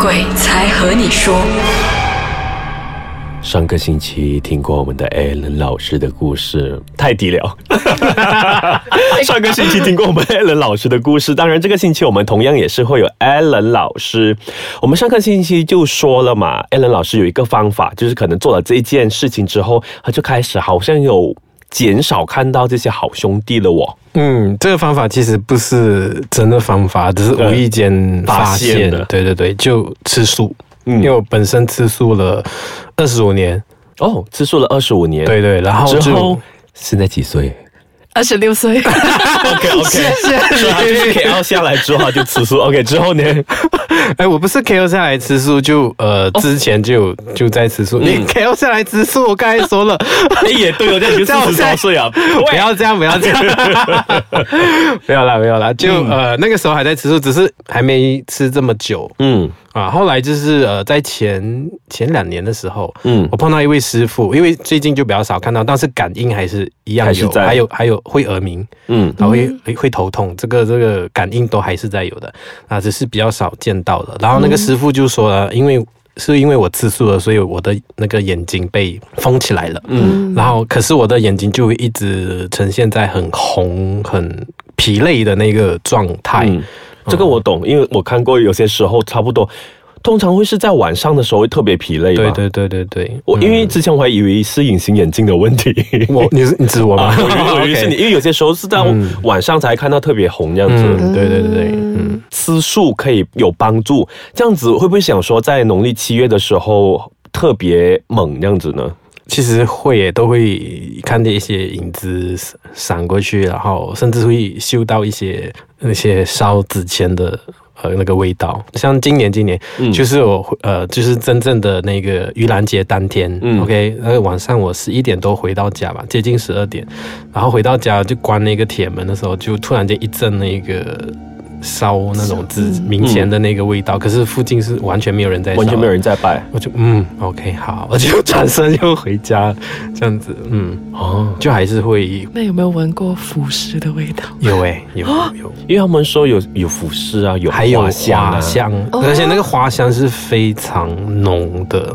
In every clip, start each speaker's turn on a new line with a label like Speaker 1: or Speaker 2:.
Speaker 1: 鬼才和你说。
Speaker 2: 上个星期听过我们的 a l a n 老师的故事，太低了。上个星期听过我们 a l a n 老师的故事，当然这个星期我们同样也是会有 a l a n 老师。我们上个星期就说了嘛 a l a n 老师有一个方法，就是可能做了这一件事情之后，他就开始好像有减少看到这些好兄弟了哦。
Speaker 3: 嗯，这个方法其实不是真的方法，只是无意间发
Speaker 2: 发现
Speaker 3: 现
Speaker 2: 的
Speaker 3: 对对对，就吃素，
Speaker 2: 嗯
Speaker 3: 因为我本身吃素了二十五年，
Speaker 2: 哦，吃素了二十五年，
Speaker 3: 对对，然后
Speaker 2: 之
Speaker 3: 就
Speaker 2: 后现在几岁？
Speaker 1: 二十六岁，
Speaker 2: OK OK，是啊，就是 KL 下来之后他就吃素。OK 之后呢？
Speaker 3: 哎，我不是 KO 下来吃素，就呃
Speaker 2: 哦
Speaker 3: 之前就就在吃素，
Speaker 2: 嗯
Speaker 3: 你 KO 下来吃素，我刚才 说了，
Speaker 2: 哎也对哦，这样你就四十多岁啊。
Speaker 3: 不要这样，不要这样， 没有啦，没有啦，就、
Speaker 2: 嗯
Speaker 3: 呃那个时候还在吃素，只是还没吃这么久，
Speaker 2: 嗯
Speaker 3: 啊，后来就是呃，在前前两年的时候，
Speaker 2: 嗯
Speaker 3: 我碰到一位师傅，因为最近就比较少看到，但是感应还是一样
Speaker 2: 还是
Speaker 3: 有，
Speaker 2: 在
Speaker 3: 还有还有会耳鸣，
Speaker 2: 嗯
Speaker 3: 然后会会会头痛，这个这个感应都还是在有的，啊，只是比较少见到的。然后那个师傅就说了，因为是因为我吃素了，所以我的那个眼睛被封起来了，嗯，然后可是我的眼睛就会一直呈现在很红、很疲累的那个状态，
Speaker 2: 嗯，这个我懂，因为我看过有些时候差不多，通常会是在晚上的时候会特别疲累吧。
Speaker 3: 对。对对对对，
Speaker 2: 我因为之前我还以为是隐形眼镜的问 题，
Speaker 3: 我你是你指我吗
Speaker 2: 啊，？我以为我 以为是你，因为有些时候是在晚上才看到特别红这样子。
Speaker 3: 嗯，对对对对，嗯，
Speaker 2: 吃素可以有帮助，这样子会不会想说在农历七月的时候特别猛这样子呢？
Speaker 3: 其实会也都会看见一些影子闪过去，然后甚至会嗅到一些那些烧纸钱的。呃，那个味道，像今年，今年、
Speaker 2: 嗯
Speaker 3: 就是我回呃，就是真正的那个盂兰节当天、
Speaker 2: 嗯
Speaker 3: o k 那个晚上我十一点多回到家吧，接近十二点，然后回到家就关那个铁门的时候，就突然间一阵那个烧那种纸明前的那个味道，可是附近是完全没有人在烧，
Speaker 2: 嗯完全没有人在拜
Speaker 3: 我就嗯，OK，好，我就 转身又回家，这样子，嗯，
Speaker 2: 哦，
Speaker 3: 就还是会
Speaker 4: 那有没有闻过腐尸的味道？
Speaker 3: 有哎、有
Speaker 4: 啊
Speaker 3: 有有，
Speaker 2: 因为他们说有有服饰啊，有
Speaker 3: 还有
Speaker 2: 花
Speaker 3: 花
Speaker 2: 香啊，
Speaker 3: 香，
Speaker 4: 哦
Speaker 3: 而且那个花香是非常浓的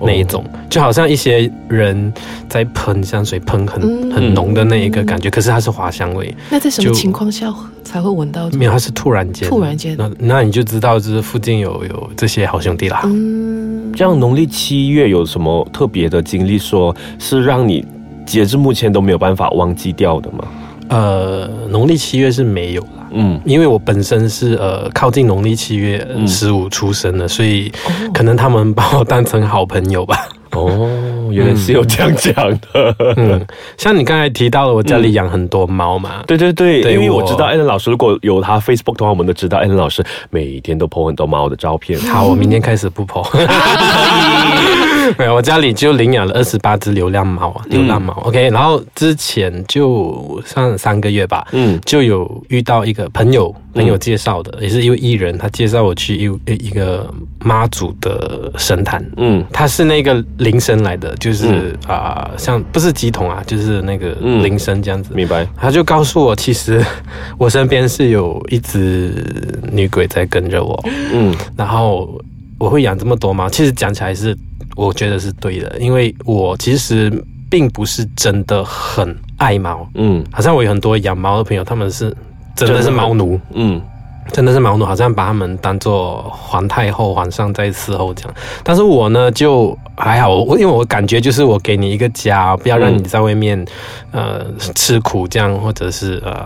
Speaker 3: 那一种，
Speaker 2: 哦
Speaker 3: 就好像一些人在喷香水，喷很、
Speaker 4: 嗯
Speaker 3: 很浓的那一个感觉，可是它是花香味，
Speaker 4: 那在什么
Speaker 3: 就
Speaker 4: 情况下才会闻到？
Speaker 3: 没有，它是突然间，
Speaker 4: 突然间
Speaker 3: 那那你就知道就是附近有有这些好兄弟啦。
Speaker 4: 嗯，
Speaker 2: 这样农历七月有什么特别的经历，说是让你截至目前都没有办法忘记掉的吗？
Speaker 3: 呃，农历七月是没有啦。
Speaker 2: 嗯，
Speaker 3: 因为我本身是呃靠近农历七月十五出生
Speaker 2: 嗯
Speaker 3: 的，所以可能他们把我当成好朋友吧。
Speaker 2: 哦，原来是有这样讲的。
Speaker 3: 嗯，像你刚才提到了，我家里养很多猫嘛。
Speaker 2: 对对对，
Speaker 3: 对
Speaker 2: 因为我
Speaker 3: 我
Speaker 2: 知道 a l n 老师，如果有他 Facebook 的话，我们都知道 a l n 老师每天都 po 很多猫的照 片。
Speaker 3: 好，我明天开始不剖。没有，我家里就领养了二十八只流浪猫
Speaker 2: 嗯
Speaker 3: 啊，流浪猫。OK，然后之前就上三个月吧，
Speaker 2: 嗯
Speaker 3: 就有遇到一个朋友，朋友介绍的，也是一位艺人，他介绍我去一一个妈祖的神坛。
Speaker 2: 嗯
Speaker 3: 它是那个铃声来的，就是啊、像不是鸡桶啊，就是那个
Speaker 2: 嗯
Speaker 3: 铃声这样子。
Speaker 2: 明白
Speaker 3: 他就告诉我，其实 我身边是有一只女鬼在跟着 我，
Speaker 2: 嗯
Speaker 3: 然后我会养这么多猫，其实讲起来是我觉得是对的，因为我其实并不是真的很爱猫，
Speaker 2: 嗯
Speaker 3: 好像我有很多养猫的朋友，他们是真的是猫奴，
Speaker 2: 嗯
Speaker 3: 真的是毛奴，好像把他们当做皇太后、皇上在伺候这样。但是我呢，就还好，我因为我感觉就是我给你一个家，不要让你在外面、呃吃苦这样，或者是呃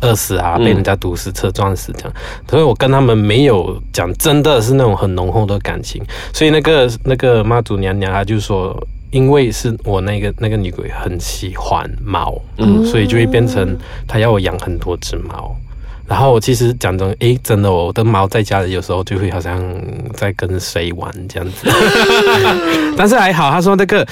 Speaker 3: 饿死啊，
Speaker 2: 嗯
Speaker 3: 被人家毒死、车撞死这样。所以我跟他们没有讲真的是那种很浓厚的感情。所以那个那个妈祖娘娘她就说。因为是我那个那个女鬼很喜欢猫，嗯，所以就会变成她要我养很多只猫，然后其实讲真，诶，真的，哦我的猫在家里有时候就会好像在跟谁玩这样子， 但是还好，他说那个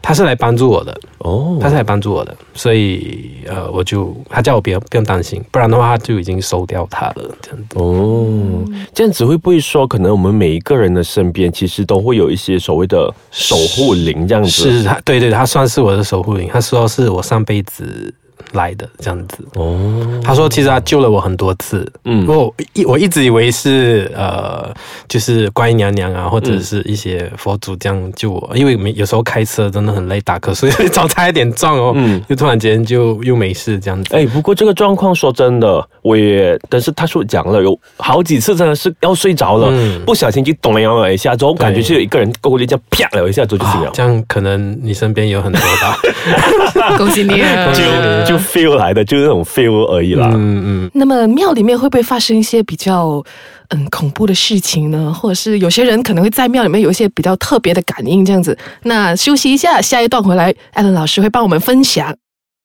Speaker 3: 他是来帮助我的，
Speaker 2: 哦
Speaker 3: 他是来帮助我的，所以呃，我就他叫我不要不用担心，不然的话他就已经收掉它了这样子。
Speaker 2: 哦，这样子会不会说，可能我们每一个人的身边其实都会有一些所谓的守护灵这样子？
Speaker 3: 是他，对对，他算是我的守护灵，他说是我上辈子来的这样子。
Speaker 2: 哦，
Speaker 3: 他说，其实他救了我很多次，
Speaker 2: 嗯
Speaker 3: 我一我一直以为是呃，就是观音娘娘啊，或者是一些佛祖这样救我，因为没有时候开车真的很累，打瞌睡，所以早差一点撞哦，
Speaker 2: 嗯
Speaker 3: 就突然间就又没事这样子。
Speaker 2: 哎，不过这个状况说真的，我也，但是他说讲了有好几次真的是要睡着了，
Speaker 3: 嗯
Speaker 2: 不小心就咚了摇了一下，之后感觉
Speaker 3: 对
Speaker 2: 是有一个人过去这样啪了一下之后就醒了。
Speaker 3: 这样可能你身边有很多吧。
Speaker 4: 恭喜你啊！
Speaker 3: 就
Speaker 2: 就 feel 来的， 就是那种 feel 而已啦。
Speaker 3: 嗯嗯，
Speaker 4: 那么庙里面会不会发生一些比较嗯恐怖的事情呢？或者是有些人可能会在庙里面有一些比较特别的感应这样子？那休息一下，下一段回来，艾伦老师会帮我们分享。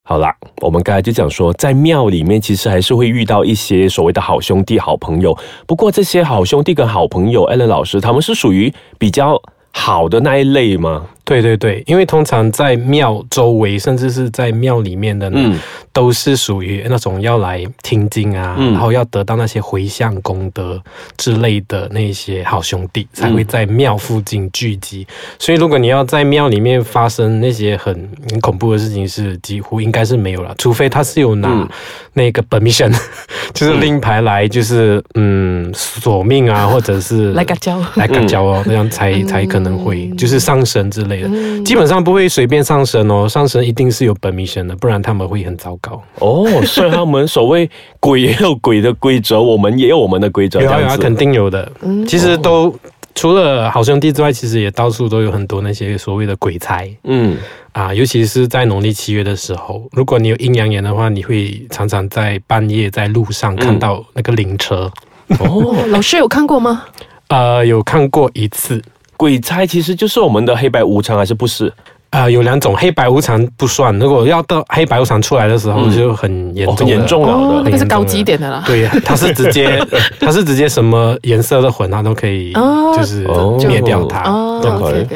Speaker 2: 好啦，我们刚才就讲说，在庙里面其实还是会遇到一些所谓的好兄弟、好朋友。不过这些好兄弟跟好朋友，Allen 老师他们是属于比较好的那一类吗？
Speaker 3: 对对对，因为通常在庙周围，甚至是在庙里面的呢，
Speaker 2: 嗯
Speaker 3: 都是属于那种要来听经啊，
Speaker 2: 嗯
Speaker 3: 然后要得到那些回向功德之类的那些好兄弟，才会在庙附近聚集。所以，如果你要在庙里面发生那些很很恐怖的事情，是几乎应该是没有了，除非他是有拿
Speaker 2: 嗯
Speaker 3: 那个 permission，、就是
Speaker 4: 嗯
Speaker 3: 令牌来，就是嗯索命啊，或者是
Speaker 4: 来个教，
Speaker 3: 来干交哦，那样才
Speaker 4: 嗯
Speaker 3: 才可能会就是上身之类的
Speaker 4: 嗯，
Speaker 3: 基本上不会随便上身哦，上身一定是有 permission 的，不然他们会很糟糕。
Speaker 2: 哦，所以他们所谓鬼也有鬼的规则，我们也有我们的规则，
Speaker 3: 有
Speaker 2: 这
Speaker 3: 啊有
Speaker 2: 样
Speaker 3: 啊，
Speaker 2: 子。
Speaker 3: 肯定有的。
Speaker 4: 嗯
Speaker 3: 其实都除了好兄弟之外，其实也到处都有很多那些所谓的鬼差
Speaker 2: 嗯，
Speaker 3: 啊，尤其是在农历七月的时候，如果你有阴阳眼的话，你会常常在半夜在路上看到那个灵车。
Speaker 2: 哦，
Speaker 4: 哦 老师有看过吗？
Speaker 2: 嗯
Speaker 3: 呃，有看过一次，
Speaker 2: 鬼差其实就是我们的黑白无常，还是不是？
Speaker 3: 啊，有两种，黑白无常不算。如果要到黑白无常出来的时候，
Speaker 2: 嗯
Speaker 3: 就很严重、
Speaker 2: 哦很严重了
Speaker 4: 哦，
Speaker 2: 很
Speaker 4: 那个是
Speaker 3: 严重
Speaker 4: 高级一点的啦。
Speaker 3: 对，它是 直接，它是直接什么颜色的魂，它都可以，
Speaker 4: 哦
Speaker 3: 就是
Speaker 2: 哦
Speaker 3: 灭掉它。
Speaker 4: 哦
Speaker 2: 这样子
Speaker 4: ，OK OK OK。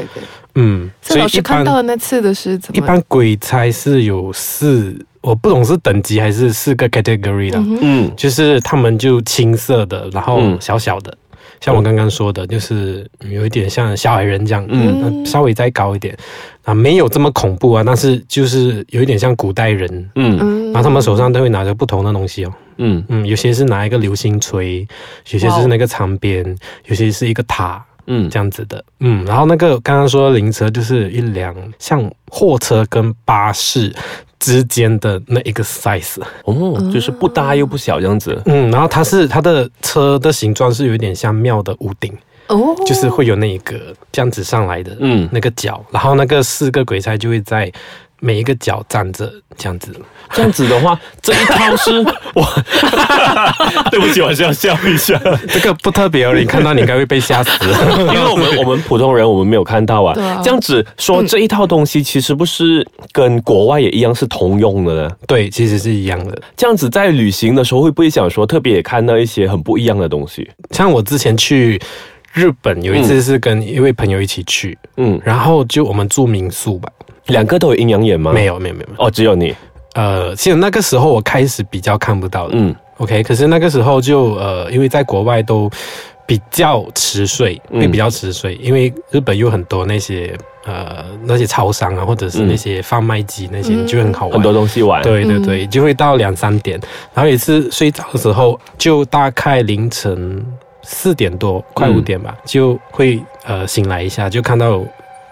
Speaker 3: 嗯，所
Speaker 4: 所以
Speaker 3: 以
Speaker 4: 老
Speaker 3: 一
Speaker 4: 师看
Speaker 3: 般
Speaker 4: 到的那次的是怎
Speaker 3: 一
Speaker 4: 么？
Speaker 3: 般鬼差是有四，我不懂是等级还是四个 category 的，
Speaker 2: 嗯
Speaker 3: 就是他们就青色的，然后
Speaker 2: 嗯
Speaker 3: 小小的，像我刚刚说的，就是有一点像小矮人这样，
Speaker 2: 嗯
Speaker 3: 嗯，稍微再高一点啊，没有这么恐怖啊，但是就是有一点像古代人，
Speaker 2: 嗯
Speaker 4: 嗯
Speaker 3: 然后他们手上都会拿着不同的东西哦，
Speaker 2: 嗯，
Speaker 3: 嗯，有些是拿一个流星锤，有些
Speaker 4: 哇哦
Speaker 3: 是那个长鞭，有些是一个塔。
Speaker 2: 嗯
Speaker 3: 这样子的，嗯，然后那个刚刚说的灵车就是一辆像货车跟巴士之间的那一个 size，
Speaker 2: 哦，就是不大又不小这样子。
Speaker 3: 嗯，然后它是它的车的形状是有一点像庙的屋顶，
Speaker 4: 哦，
Speaker 3: 就是会有那一个这样子上来的，
Speaker 2: 嗯
Speaker 3: 那个角，然后那个四个鬼差就会在每一个角站着这样子，
Speaker 2: 这样子的话，这一套 是哇，对不起，我还是要笑一下，
Speaker 3: 这个不特别哦，你看到你应该会被吓 死，
Speaker 2: 因为我们我们普通人我们没有看到啊。
Speaker 4: 对啊
Speaker 2: 这样子说这一套东西其实不是跟国外也一样是通用的呢？
Speaker 3: 对，其实是一样的。
Speaker 2: 这样子在旅行的时候会不会想说特别也看到一些很不一样的东西？
Speaker 3: 像我之前去日本有一次是跟一位朋友一起去，
Speaker 2: 嗯，
Speaker 3: 然后就我们住民宿吧，
Speaker 2: 两个都有阴阳眼吗？
Speaker 3: 没。有没有没有，没有
Speaker 2: 哦，只有你，
Speaker 3: 呃，其实那个时候我开始比较看不到了，
Speaker 2: 嗯
Speaker 3: OK，可是那个时候就呃，因为在国外都比较迟睡，
Speaker 2: 嗯
Speaker 3: 会比较迟睡，因为日本有很多那些呃那些超商啊，或者是
Speaker 2: 嗯
Speaker 3: 那些贩卖机那些，
Speaker 4: 嗯
Speaker 3: 就很好玩。
Speaker 2: 很多东西玩。，
Speaker 3: 对对对，就会到两三点，然后有一次睡着的时候，就大概凌晨四点多，快五点吧，就会呃醒来一下，就看到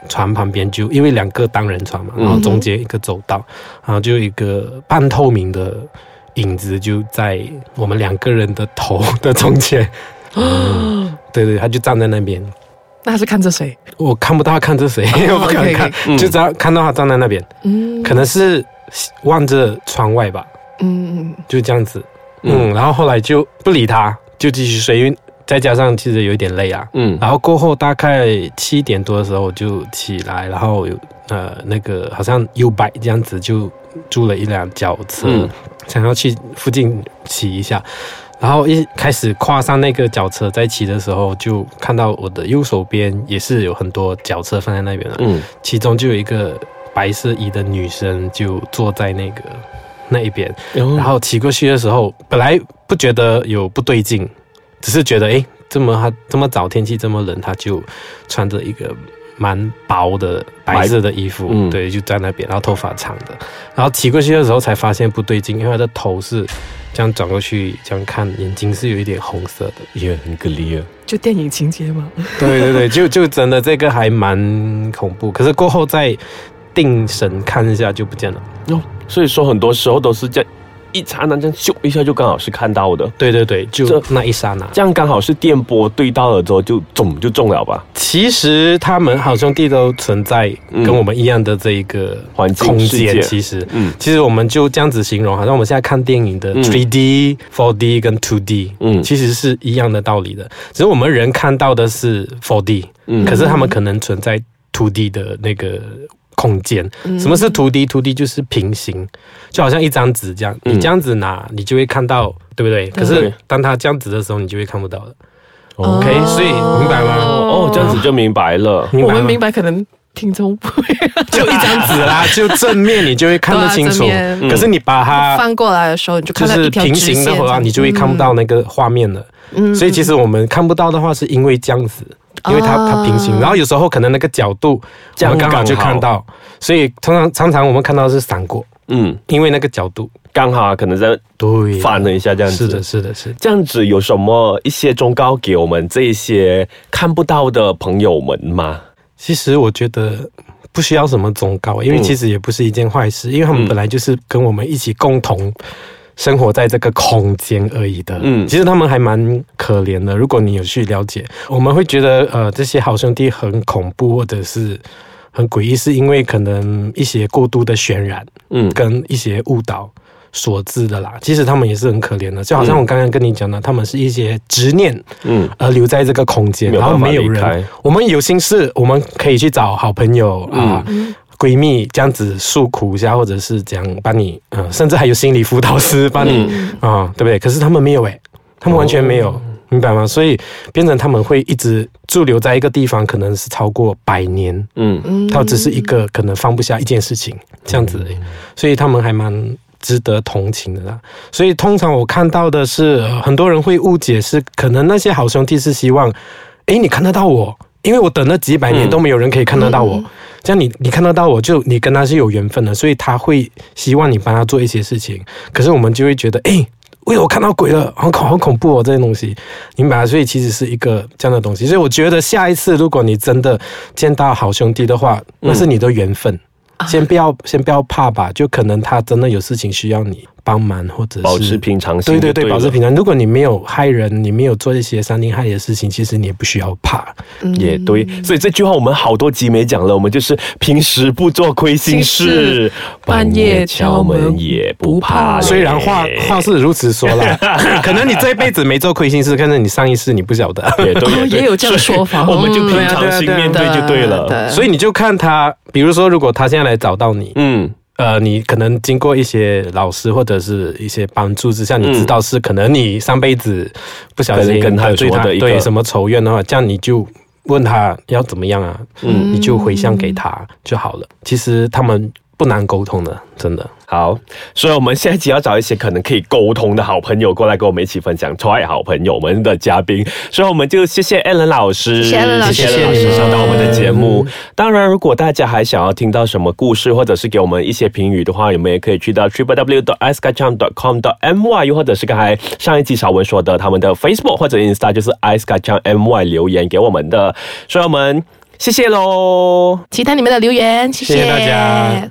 Speaker 3: 船旁边就因为两个单人床嘛，
Speaker 2: 嗯
Speaker 3: 然后中间一个走道，然后就有一个半透明的影子就在我们两个人的头的中间，对对，他就站在那边。
Speaker 4: 哦 那他是看着谁？
Speaker 3: 我看不到他看着谁，我不敢
Speaker 4: OK，OK
Speaker 3: 看
Speaker 2: 嗯
Speaker 3: 就只要看到他站在那边，
Speaker 4: 嗯，
Speaker 3: 可能是望着窗外吧，
Speaker 4: 嗯，嗯
Speaker 3: 就这样子。
Speaker 2: 嗯
Speaker 3: 嗯，然后后来就不理他，就继续睡，因为再加上其实有一点累啊。
Speaker 2: 嗯
Speaker 3: 然后过后大概七点多的时候我就起来，然后有呃那个好像 U bike 这样子就租了一辆脚车，
Speaker 2: 嗯
Speaker 3: 想要去附近骑一下。然后一开始跨上那个脚车在骑的时候，就看到我的右手边也是有很多脚车放在那边了，
Speaker 2: 嗯，
Speaker 3: 其中就有一个白色衣的女生就坐在那个那一边，
Speaker 2: 然
Speaker 3: 然后骑过去的时候，本来不觉得有不对劲，只是觉得诶，这么他这么早天气这么冷，他就穿着一个蛮薄的白色的衣服，
Speaker 2: 嗯
Speaker 3: 对，就在那边，然后头发长的，然后骑过去的时候才发现不对劲，因为他的头是这样转过去，这样看，眼睛是有一点红色的。
Speaker 2: 也很个例啊。
Speaker 4: 就电影情节嘛。
Speaker 3: 对对对， 就就真的这个还蛮恐怖，可是过后再定神看一下就不见了。
Speaker 2: 哦，所以说很多时候都是这样一刹那，这样咻一下就刚好是看到的，
Speaker 3: 对对对，就
Speaker 2: 这
Speaker 3: 那一刹那。
Speaker 2: 这样刚好是电波对到了之后就中就中了吧？
Speaker 3: 其实他们好兄弟都存在跟我们一样的这一个
Speaker 2: 环境
Speaker 3: 空
Speaker 2: 世界
Speaker 3: 间，其实。
Speaker 2: 嗯
Speaker 3: 其实我们就这样子形容，好像我们现在看电影的
Speaker 2: 嗯
Speaker 3: 3D、4D 跟 2D，
Speaker 2: 嗯
Speaker 3: 其实是一样的道理的。只是我们人看到的是 4D，
Speaker 2: 嗯
Speaker 3: 可是他们可能存在 2D 的那个空间。
Speaker 4: 嗯
Speaker 3: 什么是 2D？2D 就是平行，就好像一张纸这样，
Speaker 2: 嗯
Speaker 3: 你这样子拿，你就会看到，对不对？可是
Speaker 2: 对
Speaker 3: 当它这样子的时候，你就会看不到了。
Speaker 2: 哦
Speaker 3: OK，所以明白吗
Speaker 2: 哦，这样子就明白了。
Speaker 3: 明
Speaker 4: 我
Speaker 3: 白
Speaker 4: 们
Speaker 3: 吗
Speaker 4: 明白，可能听众不会
Speaker 3: 就一 张纸啦，就正面你就会看得清楚嗯
Speaker 4: 对啊正。面
Speaker 3: 可是你把它
Speaker 4: 翻过来的时候，你就
Speaker 3: 啊就
Speaker 4: 看到
Speaker 3: 是
Speaker 4: 一条
Speaker 3: 平
Speaker 4: 直线
Speaker 3: 行的
Speaker 4: 这
Speaker 3: 话，
Speaker 4: 样
Speaker 3: 你就会看不到那个画面了。
Speaker 4: 嗯
Speaker 3: 所以其实我们看不到的话，是因为这样子，因为它
Speaker 4: 哦
Speaker 3: 它平行，然后有时候可能那个角度
Speaker 2: 这样
Speaker 3: 我们刚好就
Speaker 2: 刚好
Speaker 3: 看到，所以通常常常我们看到是闪过，
Speaker 2: 嗯，
Speaker 3: 因为那个角度。
Speaker 2: 刚好可能在
Speaker 3: 对
Speaker 2: 翻了一下这样子。
Speaker 3: 是的，是的，是的。
Speaker 2: 这样子有什么一些忠告给我们这一些看不到的朋友们吗？
Speaker 3: 其实我觉得不需要什么忠告，因为
Speaker 2: 嗯
Speaker 3: 其实也不是一件坏事，因为他们
Speaker 2: 嗯
Speaker 3: 本来就是跟我们一起共同。生活在这个空间而已的，
Speaker 2: 嗯
Speaker 3: 其实他们还蛮可怜的。如果你有去了解，我们会觉得呃这些好兄弟很恐怖或者是很诡异，是因为可能一些过度的渲染
Speaker 2: 嗯
Speaker 3: 跟一些误导所致的啦。其实他们也是很可怜的，就好像
Speaker 2: 嗯
Speaker 3: 我刚刚跟你讲的，他们是一些执念
Speaker 2: 嗯，
Speaker 3: 而呃留在这个空间，
Speaker 2: 没有
Speaker 3: 然后
Speaker 2: 办法
Speaker 3: 没有
Speaker 2: 离
Speaker 3: 人
Speaker 2: 开。嗯
Speaker 3: 我们有心事，我们可以去找好朋友啊。闺蜜这样子诉苦一下，或者是这样帮你，呃，甚至还有心理辅导师
Speaker 2: 嗯
Speaker 3: 帮你啊、对不对？可是他们没有诶、他们完全没有，
Speaker 2: 哦
Speaker 3: 明白吗？所以变成他们会一直驻留在一个地方，可能是超过百年，
Speaker 2: 嗯嗯
Speaker 3: 他只是一个可能放不下一件事情这样子而已，所以他们还蛮值得同情的啦。所以通常我看到的是，呃很多人会误解是，可能那些好兄弟是希望，诶，你看得到我。因为我等了几百年
Speaker 2: 嗯
Speaker 3: 都没有人可以看得到我，这样你你看得到我就你跟他是有缘分的，所以他会希望你帮他做一些事情。可是我们就会觉得，诶，喂，我看到鬼了，好恐好恐怖哦，这些东西，明白？所以其实是一个这样的东西。所以我觉得下一次如果你真的见到好兄弟的话，那是你的缘分。
Speaker 2: 啊
Speaker 3: 先不要，先不要怕吧，就可能他真的有事情需要你帮忙，或者是
Speaker 2: 保持平常心
Speaker 3: 对
Speaker 2: 就
Speaker 3: 对对，
Speaker 2: 对了
Speaker 3: 保持平常。如果你没有害人，你没有做一些伤天害理的事情，其实你也不需要怕。
Speaker 4: 嗯
Speaker 2: 也对。所以这句话我们好多集没讲了，我们就是平时不做亏心事，
Speaker 4: 半夜敲门
Speaker 2: 也不
Speaker 4: 不怕
Speaker 2: 怕。
Speaker 3: 虽然话话是如此说啦， 可能你这辈子没做亏心事，可能你上一世你不晓得。
Speaker 2: 也对，
Speaker 4: 哦
Speaker 2: 对
Speaker 4: 也有这样说法
Speaker 2: 所 以我们就
Speaker 4: 嗯
Speaker 2: 平常心面对就对了。
Speaker 3: 所以你就看他，比如说，如果他现在来找到你，
Speaker 2: 嗯
Speaker 3: 呃，你可能经过一些老师或者是一些帮助之下，你知道是可能你上辈子不小心
Speaker 2: 可能跟他有
Speaker 3: 对他
Speaker 2: 什么的一个
Speaker 3: 对什么仇怨的话，这样你就问他要怎么样啊，
Speaker 2: 嗯
Speaker 3: 你就回向给他就好了。其实他们不难沟通的，真的。
Speaker 2: 好，所以我们下一集要找一些可能可以沟通的好朋友过来跟我们一起分享超爱好朋友们的嘉宾，所以我们就谢谢 a l n 老师，
Speaker 4: 谢谢 Alan 老师
Speaker 2: 谢谢 Alan 老
Speaker 4: 谢
Speaker 2: 师
Speaker 4: 谢
Speaker 2: 上到我们的节目。当然，如果大家还想要听到什么故事，或者是给我们一些评语的话，你们也可以去到 triple w dot i s k a c h a n dot com dot my，又或者是刚才上一集小文说的他们的 Facebook 或者 Insta 就是 i s k a c h a n my 留言给我们的，所以我们谢谢喽。
Speaker 4: 期待你们的留言，谢
Speaker 3: 谢谢大家